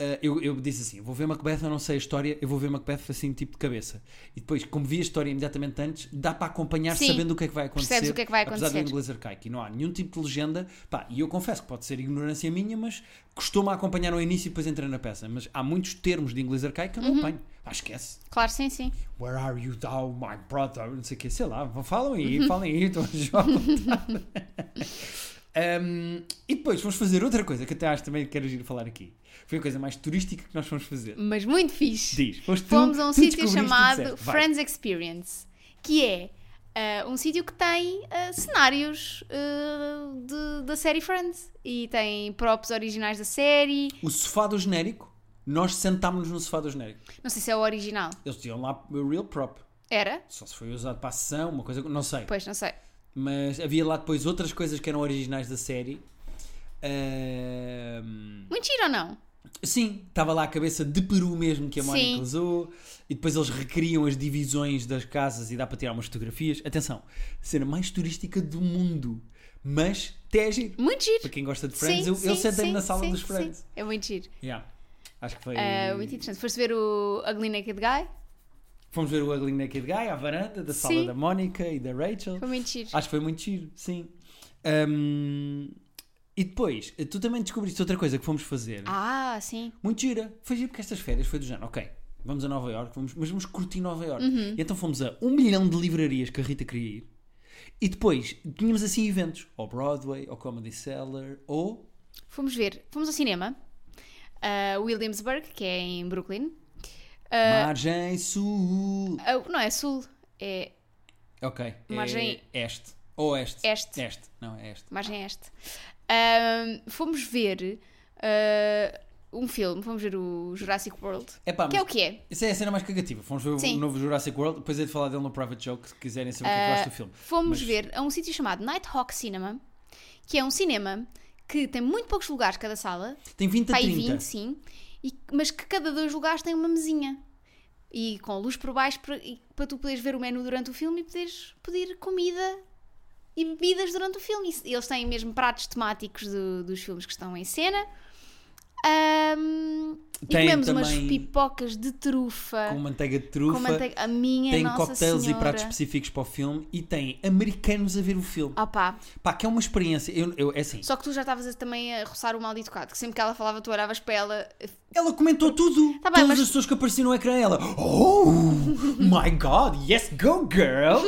B: ah, eu, eu disse assim: vou ver Macbeth, eu não sei a história, eu vou ver Macbeth assim, tipo de cabeça. E depois, como vi a história imediatamente antes, dá para acompanhar
A: Sim.
B: sabendo o que é que vai acontecer.
A: Percebes o que é que vai
B: Apesar do
A: acontecer.
B: inglês arcaico e não há nenhum tipo de legenda. Pá, e eu confesso que pode ser ignorância minha, mas costumo acompanhar ao início e depois entrar na peça. Mas há muitos termos de inglês arcaico que eu não
A: Uhum.
B: apanho. Ah, esquece.
A: Claro, sim, sim.
B: Where are you thou, my brother? Não sei o quê, sei lá. Falam
A: Uhum.
B: aí, falem aí, estão a jogar. Um, e depois vamos fazer outra coisa que até acho também que quero ir falar aqui. Foi a coisa mais turística que nós fomos fazer.
A: Mas muito fixe.
B: Diz, foste tu,
A: Fomos a um
B: tu
A: sítio
B: descobriste e
A: chamado
B: disseste. é Vai.
A: Friends Experience, que é ah, um sítio que tem ah, cenários ah, de- da série Friends. E tem props originais da série.
B: O sofá do genérico, nós sentámos-nos no sofá do genérico.
A: Não sei se é o original.
B: Eles tinham lá o real prop.
A: Era?
B: Só se foi usado para a sessão, uma coisa, não sei.
A: Pois, não sei.
B: Mas havia lá depois outras coisas que eram originais da série. Ahm,
A: Muito giro ou não?
B: Sim, estava lá a cabeça de Peru mesmo que a Mónica
A: Sim.
B: usou. E depois eles recriam as divisões das casas e dá para tirar umas fotografias. Atenção, cena mais turística do mundo. Mas tege.
A: Muito giro.
B: Para quem gosta de Friends,
A: Sim,
B: eu, eu
A: sim,
B: sentei-me
A: sim,
B: na sala
A: sim,
B: dos
A: sim.
B: Friends.
A: É muito giro.
B: Yeah. Acho que foi.
A: Ah, muito interessante. Foste ver o Ugly Naked Guy?
B: Fomos ver o Ugly Naked Guy à varanda da sala
A: Sim.
B: da Mónica e da Rachel.
A: Foi muito giro.
B: Acho que foi muito giro, sim. Ahm, e depois, tu também descobriste outra coisa que fomos fazer.
A: Ah, sim.
B: Muito gira. Foi gira porque estas férias foi do género, ok, vamos a Nova Iorque, vamos, mas vamos curtir Nova Iorque.
A: Uhum.
B: E então fomos a um milhão de livrarias que a Rita queria ir. E depois tínhamos assim eventos, ou Broadway, ou Comedy Cellar, ou...
A: Fomos ver, fomos ao cinema, a Williamsburg, que é em Brooklyn.
B: Margem Sul.
A: Ah, não é sul, é
B: Ok.
A: Margem-
B: É este. Ou oeste.
A: Este.
B: Este. Não, é este.
A: Um, margem este. Ah, fomos ver ah, um filme, vamos ver o Jurassic World.
B: Epá,
A: Que é
B: mas
A: o que é?
B: Isso é a cena mais cagativa. Fomos ver
A: Sim. Ah.
B: o novo Jurassic World, depois é de falar dele no Private Joke, se quiserem saber o que é que eu acho do filme.
A: Fomos
B: Mas-
A: ver a um sítio chamado Nighthawk Cinema, que é um cinema que tem muito poucos lugares cada sala,
B: Tem 20 a
A: pai
B: 30.
A: 20, sim, e- mas que cada dois lugares tem uma mesinha. E com luz por baixo para, e para tu poderes ver o menu durante o filme e poderes pedir comida e bebidas durante o filme. E eles têm mesmo pratos temáticos do- dos filmes que estão em cena. Ahm, e
B: Tem
A: comemos umas
B: também-
A: pipocas de trufa
B: Com
A: com,
B: manteiga de trufa.
A: manteiga. A minha
B: Tem
A: Nossa
B: cocktails
A: Senhora.
B: e pratos específicos para o filme e tem americanos a ver o filme.
A: Ah pá,
B: Pá, que é uma experiência. Eu, eu- é assim.
A: Só que tu já estavas a- também a roçar o mal educado, que sempre que ela falava, tu olhavas para ela.
B: Ela comentou tudo.
A: Tá bem,
B: Todas
A: mas-
B: as pessoas que apareciam no ecrã, ela. Oh my god, yes, go girl!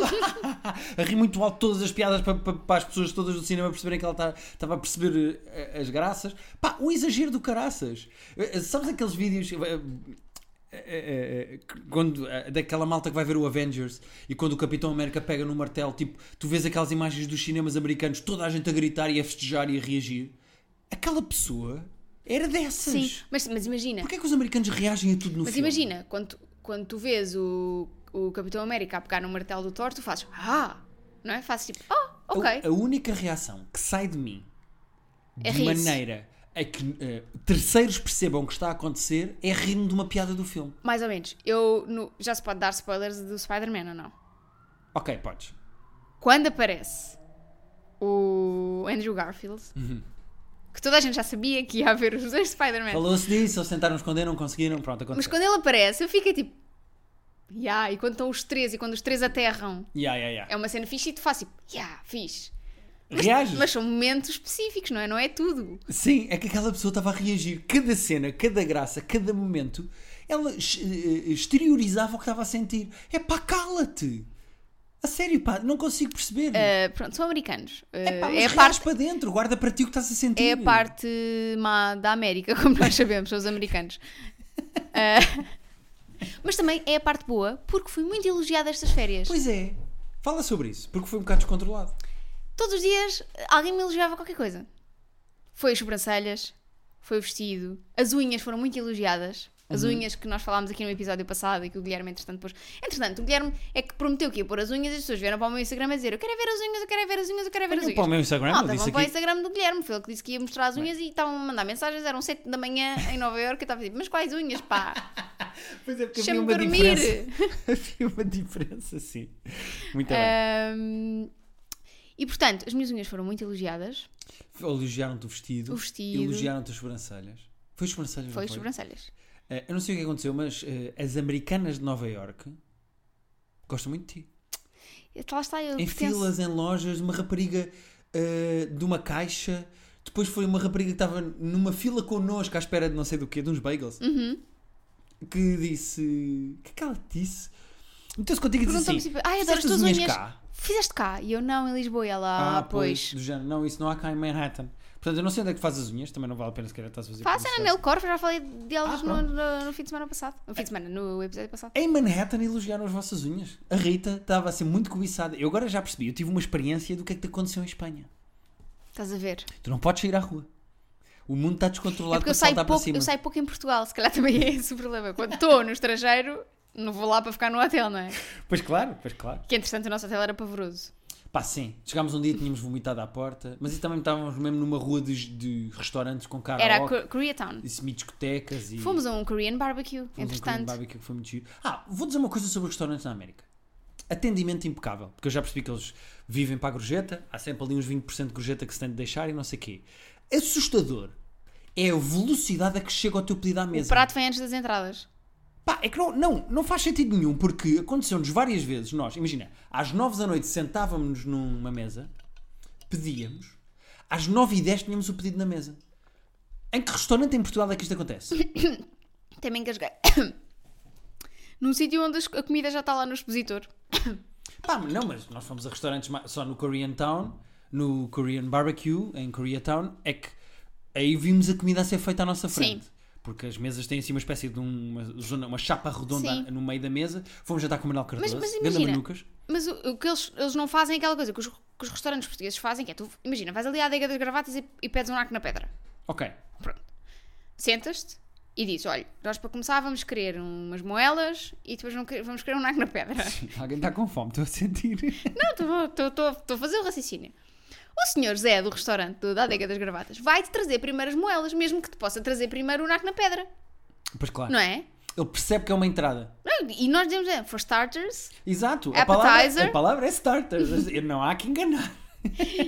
B: a rir muito alto todas as piadas para, para- para as pessoas todas do cinema perceberem que ela tá- estava a perceber eh, as graças. Pá, um exagero do caraças. Eh, eh, Sabes aqueles vídeos. eh, eh, eh, eh, quando, eh, daquela malta que vai ver o Avengers e quando o Capitão América pega no martelo, tipo, tu vês aquelas imagens dos cinemas americanos, toda a gente a gritar e a festejar e a reagir. Aquela pessoa era dessas.
A: Sim, mas, mas imagina.
B: Porquê é que os americanos reagem a tudo no
A: Mas
B: filme?
A: imagina, quando, tu- quando tu vês o, o Capitão América a pegar no martelo do Thor, tu fazes. Ah! Não é? Fazes tipo. Ah,
B: A-
A: ok.
B: A, única reação que sai de mim de
A: É rir-se.
B: maneira a que eh, terceiros percebam o que está a acontecer é rir-me de uma piada do filme.
A: Mais ou menos. Eu. no- já se pode dar spoilers do Spider-Man ou não?
B: Ok, podes.
A: Quando aparece o Andrew Garfield,
B: Uhum.
A: que toda a gente já sabia que ia haver os dois Spider-Man.
B: Falou-se disso, eles tentaram esconder, não conseguiram, pronto,
A: É. Mas
B: aconteceu.
A: quando ele aparece, eu fico tipo. Yeah, e quando estão os três, e quando os três aterram,
B: Ya, ya, ya.
A: é uma cena fixe e tu fazes tipo, yeah, fixe.
B: Reages?
A: Mas são momentos específicos, não é? Não é tudo.
B: Sim, é que aquela pessoa estava a reagir. Cada cena, cada graça, cada momento, ela ex- eh, exteriorizava o que estava a sentir. É pá, cala-te! A sério, pá, não consigo perceber.
A: Uh, pronto, são americanos. Uh,
B: é pá, mas
A: é, a
B: reage
A: parte,
B: para dentro, guarda para ti o que estás a sentir.
A: é a parte má da América, como nós sabemos, são os americanos. Uh, mas também é a parte boa, porque fui muito elogiada estas férias.
B: Pois é. Fala sobre isso, porque foi um bocado descontrolado.
A: Todos os dias alguém me elogiava qualquer coisa. Foi as sobrancelhas, foi o vestido, as unhas foram muito elogiadas. As unhas que nós falámos aqui no episódio passado e que o Guilherme, entretanto, pôs. Entretanto, o Guilherme é que prometeu que ia pôr as unhas e as pessoas vieram para o meu Instagram a dizer: Eu quero é ver as unhas, eu quero é ver as unhas, eu quero é ver as
B: Venham
A: unhas.
B: para o meu Instagram,
A: Malta,
B: eu disse
A: vão para o
B: aqui.
A: Instagram do Guilherme, foi ele que disse que ia mostrar as unhas e estavam a mandar mensagens, eram 7 da manhã em Nova Iorque, eu estava tipo, mas quais unhas, pá?
B: Pois é, porque
A: Deixa-me dormir.
B: havia uma diferença, sim.
A: Tá
B: Muito
A: Eh,
B: bem.
A: Ahm, e portanto, as minhas unhas foram muito elogiadas,
B: Elogiaram-te o vestido.
A: O vestido.
B: Elogiaram-te as sobrancelhas. Foi as sobrancelhas,
A: foi
B: não
A: as sobrancelhas.
B: Eh, eu não sei o que aconteceu, mas eh, as americanas de Nova Iorque gostam muito de ti.
A: E Lá está, eu assim.
B: em
A: pertenço-
B: filas, em lojas, uma rapariga eh, de uma caixa. Depois foi uma rapariga que estava numa fila connosco à espera de não sei do quê, de uns bagels.
A: Uhum.
B: Que disse. O que é que ela disse? Meteu-se contigo e disse
A: Perguntou-me
B: assim:
A: se- "Ai, adoro
B: "Fizeste
A: as tuas
B: as unhas
A: unhas."
B: cá?
A: Fizeste cá? E eu não, em Lisboa. E ela, ah, pois.
B: Do género, não, isso não há cá em Manhattan. Portanto, eu não sei onde é que faz as unhas, também não vale a pena sequer estás a fazer.
A: Faz cena
B: publicidade.
A: nele assim, corvo, já falei delas
B: Ah,
A: no,
B: pronto.
A: no, no fim de semana passado. No fim de semana, no episódio passado.
B: Em Manhattan elogiaram as vossas unhas. A Rita estava a ser muito cobiçada. Eu agora já percebi, eu tive uma experiência do que é que te aconteceu em Espanha.
A: Estás a ver?
B: Tu não podes sair à rua. O mundo está descontrolado
A: É porque
B: para
A: eu saio,
B: saltar para
A: pouco,
B: cima.
A: eu saio pouco em Portugal, se calhar também é esse o problema. Quando estou no estrangeiro, não vou lá para ficar no hotel, não é?
B: Pois claro, pois claro.
A: Que entretanto o nosso hotel era pavoroso.
B: Pá, sim. Chegámos um dia e tínhamos vomitado à porta, mas e também estávamos mesmo numa rua de, de restaurantes com karaoke
A: Era a Ko- Koreatown.
B: e semi-discotecas e...
A: Fomos a um Korean barbecue,
B: Fomos a um Korean
A: entretanto.
B: barbecue que foi muito giro. Ah, vou dizer uma coisa sobre os restaurantes na América. Atendimento impecável, porque eu já percebi que eles vivem para a gorjeta, há sempre ali uns 20% de gorjeta que se tem de deixar e não sei o quê. Assustador é a velocidade a que chega o teu pedido à
A: o
B: mesa.
A: prato vem antes das entradas.
B: Pá, é que não, não, não faz sentido nenhum, porque aconteceu-nos várias vezes. Nós, imagina, às 9 da noite sentávamos-nos numa mesa, pedíamos, às 9 e 10 tínhamos o pedido na mesa. Em que restaurante em Portugal é que isto acontece?
A: Até me engasguei. Num sítio onde as- a comida já está lá no expositor.
B: Pá, não, mas nós fomos a restaurantes ma- só no Korean Town, no Korean Barbecue, em Koreatown, é que aí vimos a comida a ser feita à nossa frente. Porque as mesas têm assim uma espécie de um- uma, zona, uma chapa redonda
A: Sim.
B: no meio da mesa. Fomos jantar com o Manuel Cardoso,
A: mas
B: ganda
A: imagina,
B: manucas.
A: Mas o, o que eles, eles não fazem é aquela coisa que os, que os restaurantes portugueses fazem, que é tu, imagina, vais ali à adega das gravatas e, e pedes um arco na pedra.
B: Ok,
A: Pronto. sentas-te e dizes: olha, nós para começar vamos querer umas moelas e depois vamos querer, vamos querer um naco na pedra.
B: Alguém está com fome, estou a sentir.
A: Não, estou a fazer o raciocínio. O senhor Zé do restaurante do- da Adega das Gravatas vai-te trazer primeiro as moelas, mesmo que te possa trazer primeiro o naco na pedra,
B: Pois claro.
A: não é?
B: Ele percebe que é uma entrada.
A: Não, E nós dizemos, é, for starters,
B: Exato. A palavra,
A: Appetizer.
B: a palavra é starter. não há que enganar.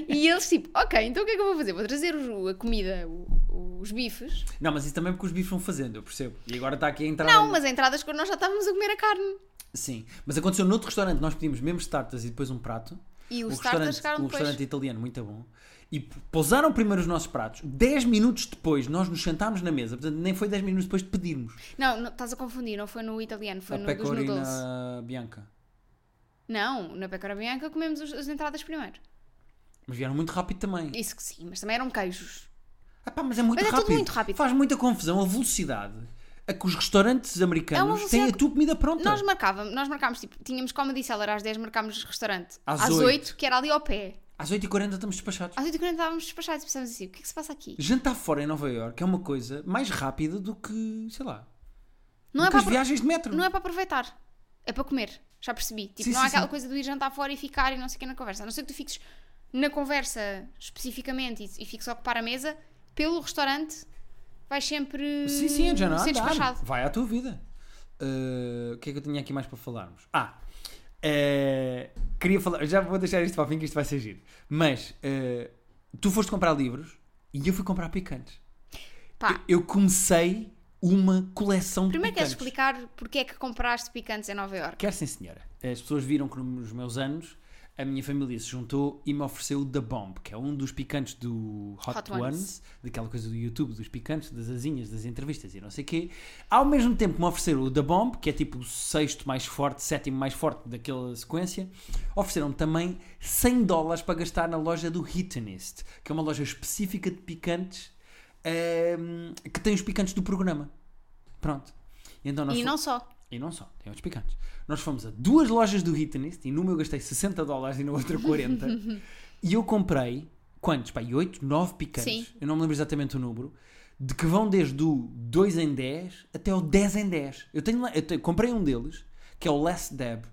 A: e eles tipo, ok, então o que é que eu vou fazer? Vou trazer os- a comida, o- os bifes.
B: Não, mas isso também é porque os bifes vão fazendo, eu percebo. E agora está aqui a entrada.
A: Não, mas a entrada quando nós já estávamos a comer a carne.
B: Sim. Mas aconteceu noutro restaurante, nós pedimos mesmo starters e depois um prato.
A: E os
B: O
A: starters
B: restaurante,
A: chegaram
B: o
A: depois.
B: restaurante italiano, muito bom. E p- pousaram primeiro os nossos pratos. 10 minutos depois, nós nos sentámos na mesa. Portanto, nem foi 10 minutos depois de pedirmos.
A: Não, não, estás a confundir, não foi no italiano, foi
B: a
A: no dos noodles.
B: pecorina bianca.
A: Não, na Pecora Bianca comemos os- as entradas primeiro.
B: Mas vieram muito rápido também.
A: Isso que sim, mas também eram queijos.
B: Ah pá, mas é muito
A: Mas é tudo
B: rápido.
A: muito rápido.
B: Faz muita confusão a velocidade a que os restaurantes
A: É uma
B: americanos têm a
A: velocidade-
B: tua comida pronta.
A: Nós marcávamos, nós marcámos, tipo, tínhamos comedy cellar às 10, marcámos restaurante
B: Às
A: às, oito 8.
B: oito.
A: que era ali ao pé.
B: Às 8h40 estamos despachados.
A: Às 8h40 estávamos despachados e pensámos assim, o que é que se passa aqui?
B: Jantar fora em Nova Iorque é uma coisa mais rápida do que, sei lá,
A: Não é,
B: do que
A: para
B: as
A: apro-
B: viagens de metro.
A: não é para aproveitar, é para comer, já percebi. Tipo,
B: Sim,
A: não há
B: sim,
A: aquela
B: sim.
A: coisa de ir jantar fora e ficar e não sei o que na conversa. A não ser que tu fiques na conversa especificamente e, e fiques a ocupar a mesa, pelo restaurante vais sempre
B: Sim, sim, é já não há
A: é ser
B: andar.
A: despachado.
B: Ah, Vai à tua vida. Uh, o que é que eu tinha aqui mais para falarmos? Ah, eh, queria falar. Já vou deixar isto para o fim, que isto vai ser giro. Mas eh, tu foste comprar livros e eu fui comprar picantes.
A: Pá,
B: Eu comecei uma coleção de
A: primeiro queres
B: picantes.
A: explicar porque é que compraste picantes em Nova Iorque?
B: Quer sim, senhora. As pessoas viram que nos meus anos a minha família se juntou e me ofereceu o The Bomb, que é um dos picantes do Hot,
A: Hot
B: Ones,
A: Ones.
B: daquela coisa do YouTube, dos picantes, das asinhas, das entrevistas e não sei o quê. Ao mesmo tempo que me ofereceram o The Bomb, que é tipo o sexto mais forte, sétimo mais forte daquela sequência, ofereceram-me também 100 dólares para gastar na loja do Hittenist, que é uma loja específica de picantes ehm, que tem os picantes do programa. Pronto. Então nós
A: E
B: fomos-
A: não só.
B: e não só, tem outros picantes. Nós fomos a duas lojas do Hittenist e numa eu gastei 60 dólares e na outra 40. e eu comprei, quantos? Pá, 8, 9 picantes.
A: Sim.
B: Eu não me lembro exatamente o número. De que vão desde o 2 em 10 até o 10 em 10. Eu, tenho, lá- eu te- comprei um deles, que é o Last Dab,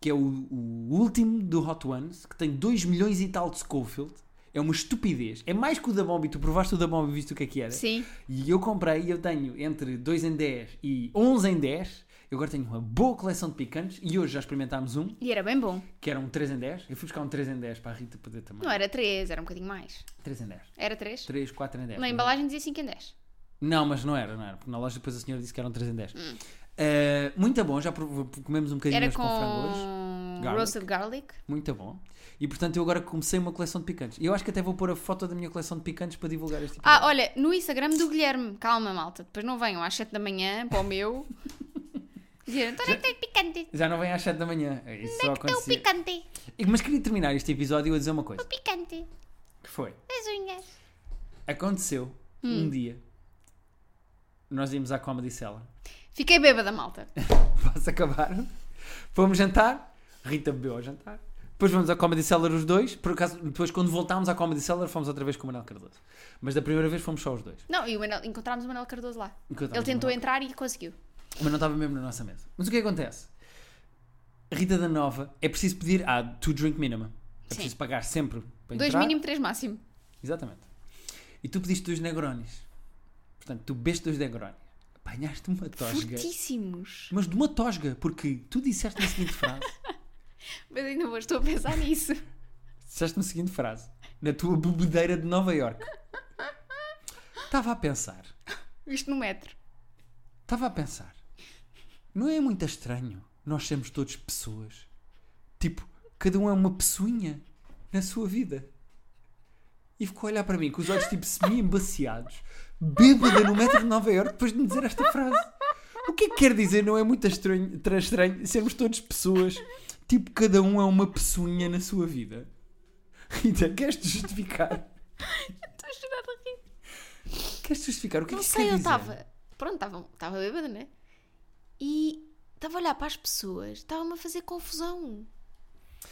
B: que é o, o último do Hot Ones, que tem 2 milhões e tal de Schofield. É uma estupidez. É mais que o da Bomb e tu provaste o da Bomb e viste o que é que era.
A: Sim.
B: E eu comprei e eu tenho entre 2 em 10 e 11 em 10. Eu agora tenho uma boa coleção de picantes e hoje já experimentámos um,
A: E era bem bom.
B: que era um 3 em 10. Eu fui buscar um 3 em 10 para a Rita poder também.
A: Não era 3, era um bocadinho mais.
B: 3 em 10.
A: Era 3?
B: 3, 4 em 10.
A: Na embalagem dizia 5 em 10.
B: Não, mas não era, não era. Porque na loja depois a senhora disse que eram 3 em 10. Eh, muito bom, já provo- comemos um bocadinho
A: Hum. Era
B: hoje com frango hoje.
A: com
B: Garlic.
A: roasted garlic.
B: Muito bom. E portanto eu agora comecei uma coleção de picantes. E eu acho que até vou pôr a foto da minha coleção de picantes para divulgar este episódio.
A: Ah, olha, no Instagram do Guilherme. Calma, malta. Depois não venham às 7 da manhã para o meu. Dizer, então onde é que tem picante?
B: Já não vem às 7 da manhã. Isso
A: Tem é
B: só
A: tá o
B: acontecia.
A: picante.
B: E- Mas queria terminar este episódio a dizer uma
A: O
B: coisa.
A: picante.
B: Que foi?
A: As unhas. Hum.
B: Aconteceu um dia. Nós íamos à Comedy Cellar.
A: Fiquei bêbada, malta.
B: Posso acabar? Fomos jantar. Rita bebeu ao jantar. Depois vamos à Comedy Cellar os dois. Por acaso, depois quando voltámos à Comedy Cellar fomos outra vez com o Manuel Cardoso. Mas da primeira vez fomos só os dois.
A: Não, e o Manel, encontramos o Manel Cardoso lá.
B: Encontramos
A: Ele tentou
B: o Manuel.
A: entrar e conseguiu.
B: Mas não estava mesmo na nossa mesa. Mas o que é que acontece? Rita da Nova é preciso pedir a to drink minimum. É
A: Sim.
B: preciso pagar sempre para
A: Dois
B: entrar.
A: mínimo, três máximo.
B: Exatamente. E tu pediste dois negronis. Portanto, tu bebeste dois negronis. Apanhaste uma tosga.
A: Fortíssimos.
B: Mas de uma tosga, porque tu disseste na seguinte frase.
A: Mas ainda hoje estou a pensar nisso.
B: disseste na seguinte frase. Na tua bebedeira de Nova Iorque. Estava a pensar.
A: Isto no metro.
B: Estava a pensar. Não é muito estranho nós sermos todos pessoas? Tipo, cada um é uma pessoinha na sua vida. E ficou a olhar para mim com os olhos tipo semi-embaciados, bêbada no metro de Nova Iorque depois de me dizer esta frase. O que é que quer dizer não é muito estranho, tra- estranho sermos todos pessoas? Tipo, cada um é uma pessoinha na sua vida. Rita, queres-te justificar?
A: Estou a chorar a rir.
B: Queres-te justificar? O que é
A: Não
B: que isso
A: sei,
B: quer
A: eu
B: dizer?
A: estava. Pronto, estava- estava bêbada, né? E estava a olhar para as pessoas, estava-me a fazer confusão.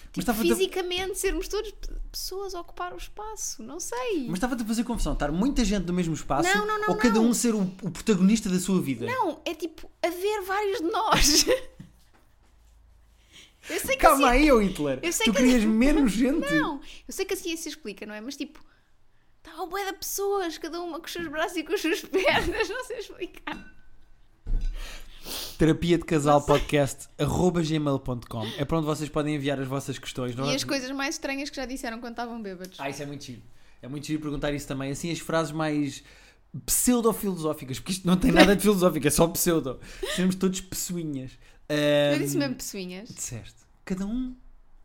A: Tipo,
B: estava a-
A: fisicamente, sermos todos pe- pessoas a ocupar o espaço, não sei.
B: Mas estava-te a fazer confusão, estar muita gente no mesmo espaço
A: Não, não, não,
B: ou cada
A: não.
B: um ser o, o protagonista da sua vida.
A: Não, é tipo haver vários de nós. Eu sei que
B: Calma
A: assim,
B: aí, ô Hitler!
A: eu sei
B: tu
A: que-
B: querias menos gente?
A: Não, eu sei que a ciência explica, não é? Mas tipo, estava bué de pessoas, cada uma com os seus braços e com as suas pernas, não sei explicar.
B: Terapia de Casal Podcast arroba gmail.com é para onde vocês podem enviar as vossas questões. é? Nós-
A: E as coisas mais estranhas que já disseram quando estavam bêbados.
B: Ah, isso é muito giro. É muito giro perguntar isso também. Assim, as frases mais pseudo-filosóficas, porque isto não tem nada de filosófico, é só pseudo. Seremos todos pessoinhas.
A: Eu
B: Ahm,
A: disse mesmo pessoinhas.
B: Disseste, cada um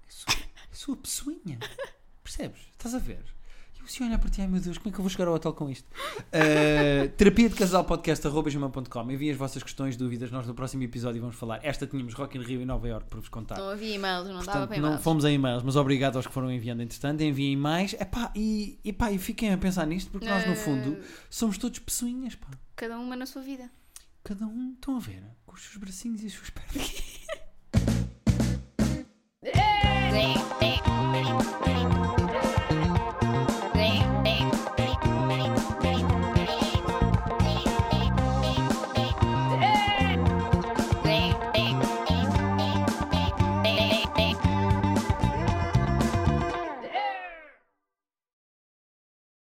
B: é sua, é sua pessoinha. Percebes? Estás a ver? E eu se olhar para ti, ai meu Deus, como é que eu vou chegar ao hotel com isto? Ah, terapia de casal podcast arroba gmail.com. Enviem as vossas questões, dúvidas. Nós no próximo episódio vamos falar. Esta tínhamos Rock in Rio em Nova York para vos contar.
A: Não havia e-mails, não dava
B: Portanto,
A: para
B: não
A: e-mails.
B: fomos a e-mails, mas obrigado aos que foram enviando entretanto. Enviem mais. Epá, e, epá, e fiquem a pensar nisto, porque nós, no
A: Eh,
B: fundo, somos todos pessoinhas, pá.
A: Cada uma na sua vida.
B: Cada um, estão a ver, com os seus bracinhos e as suas pernas.
A: É.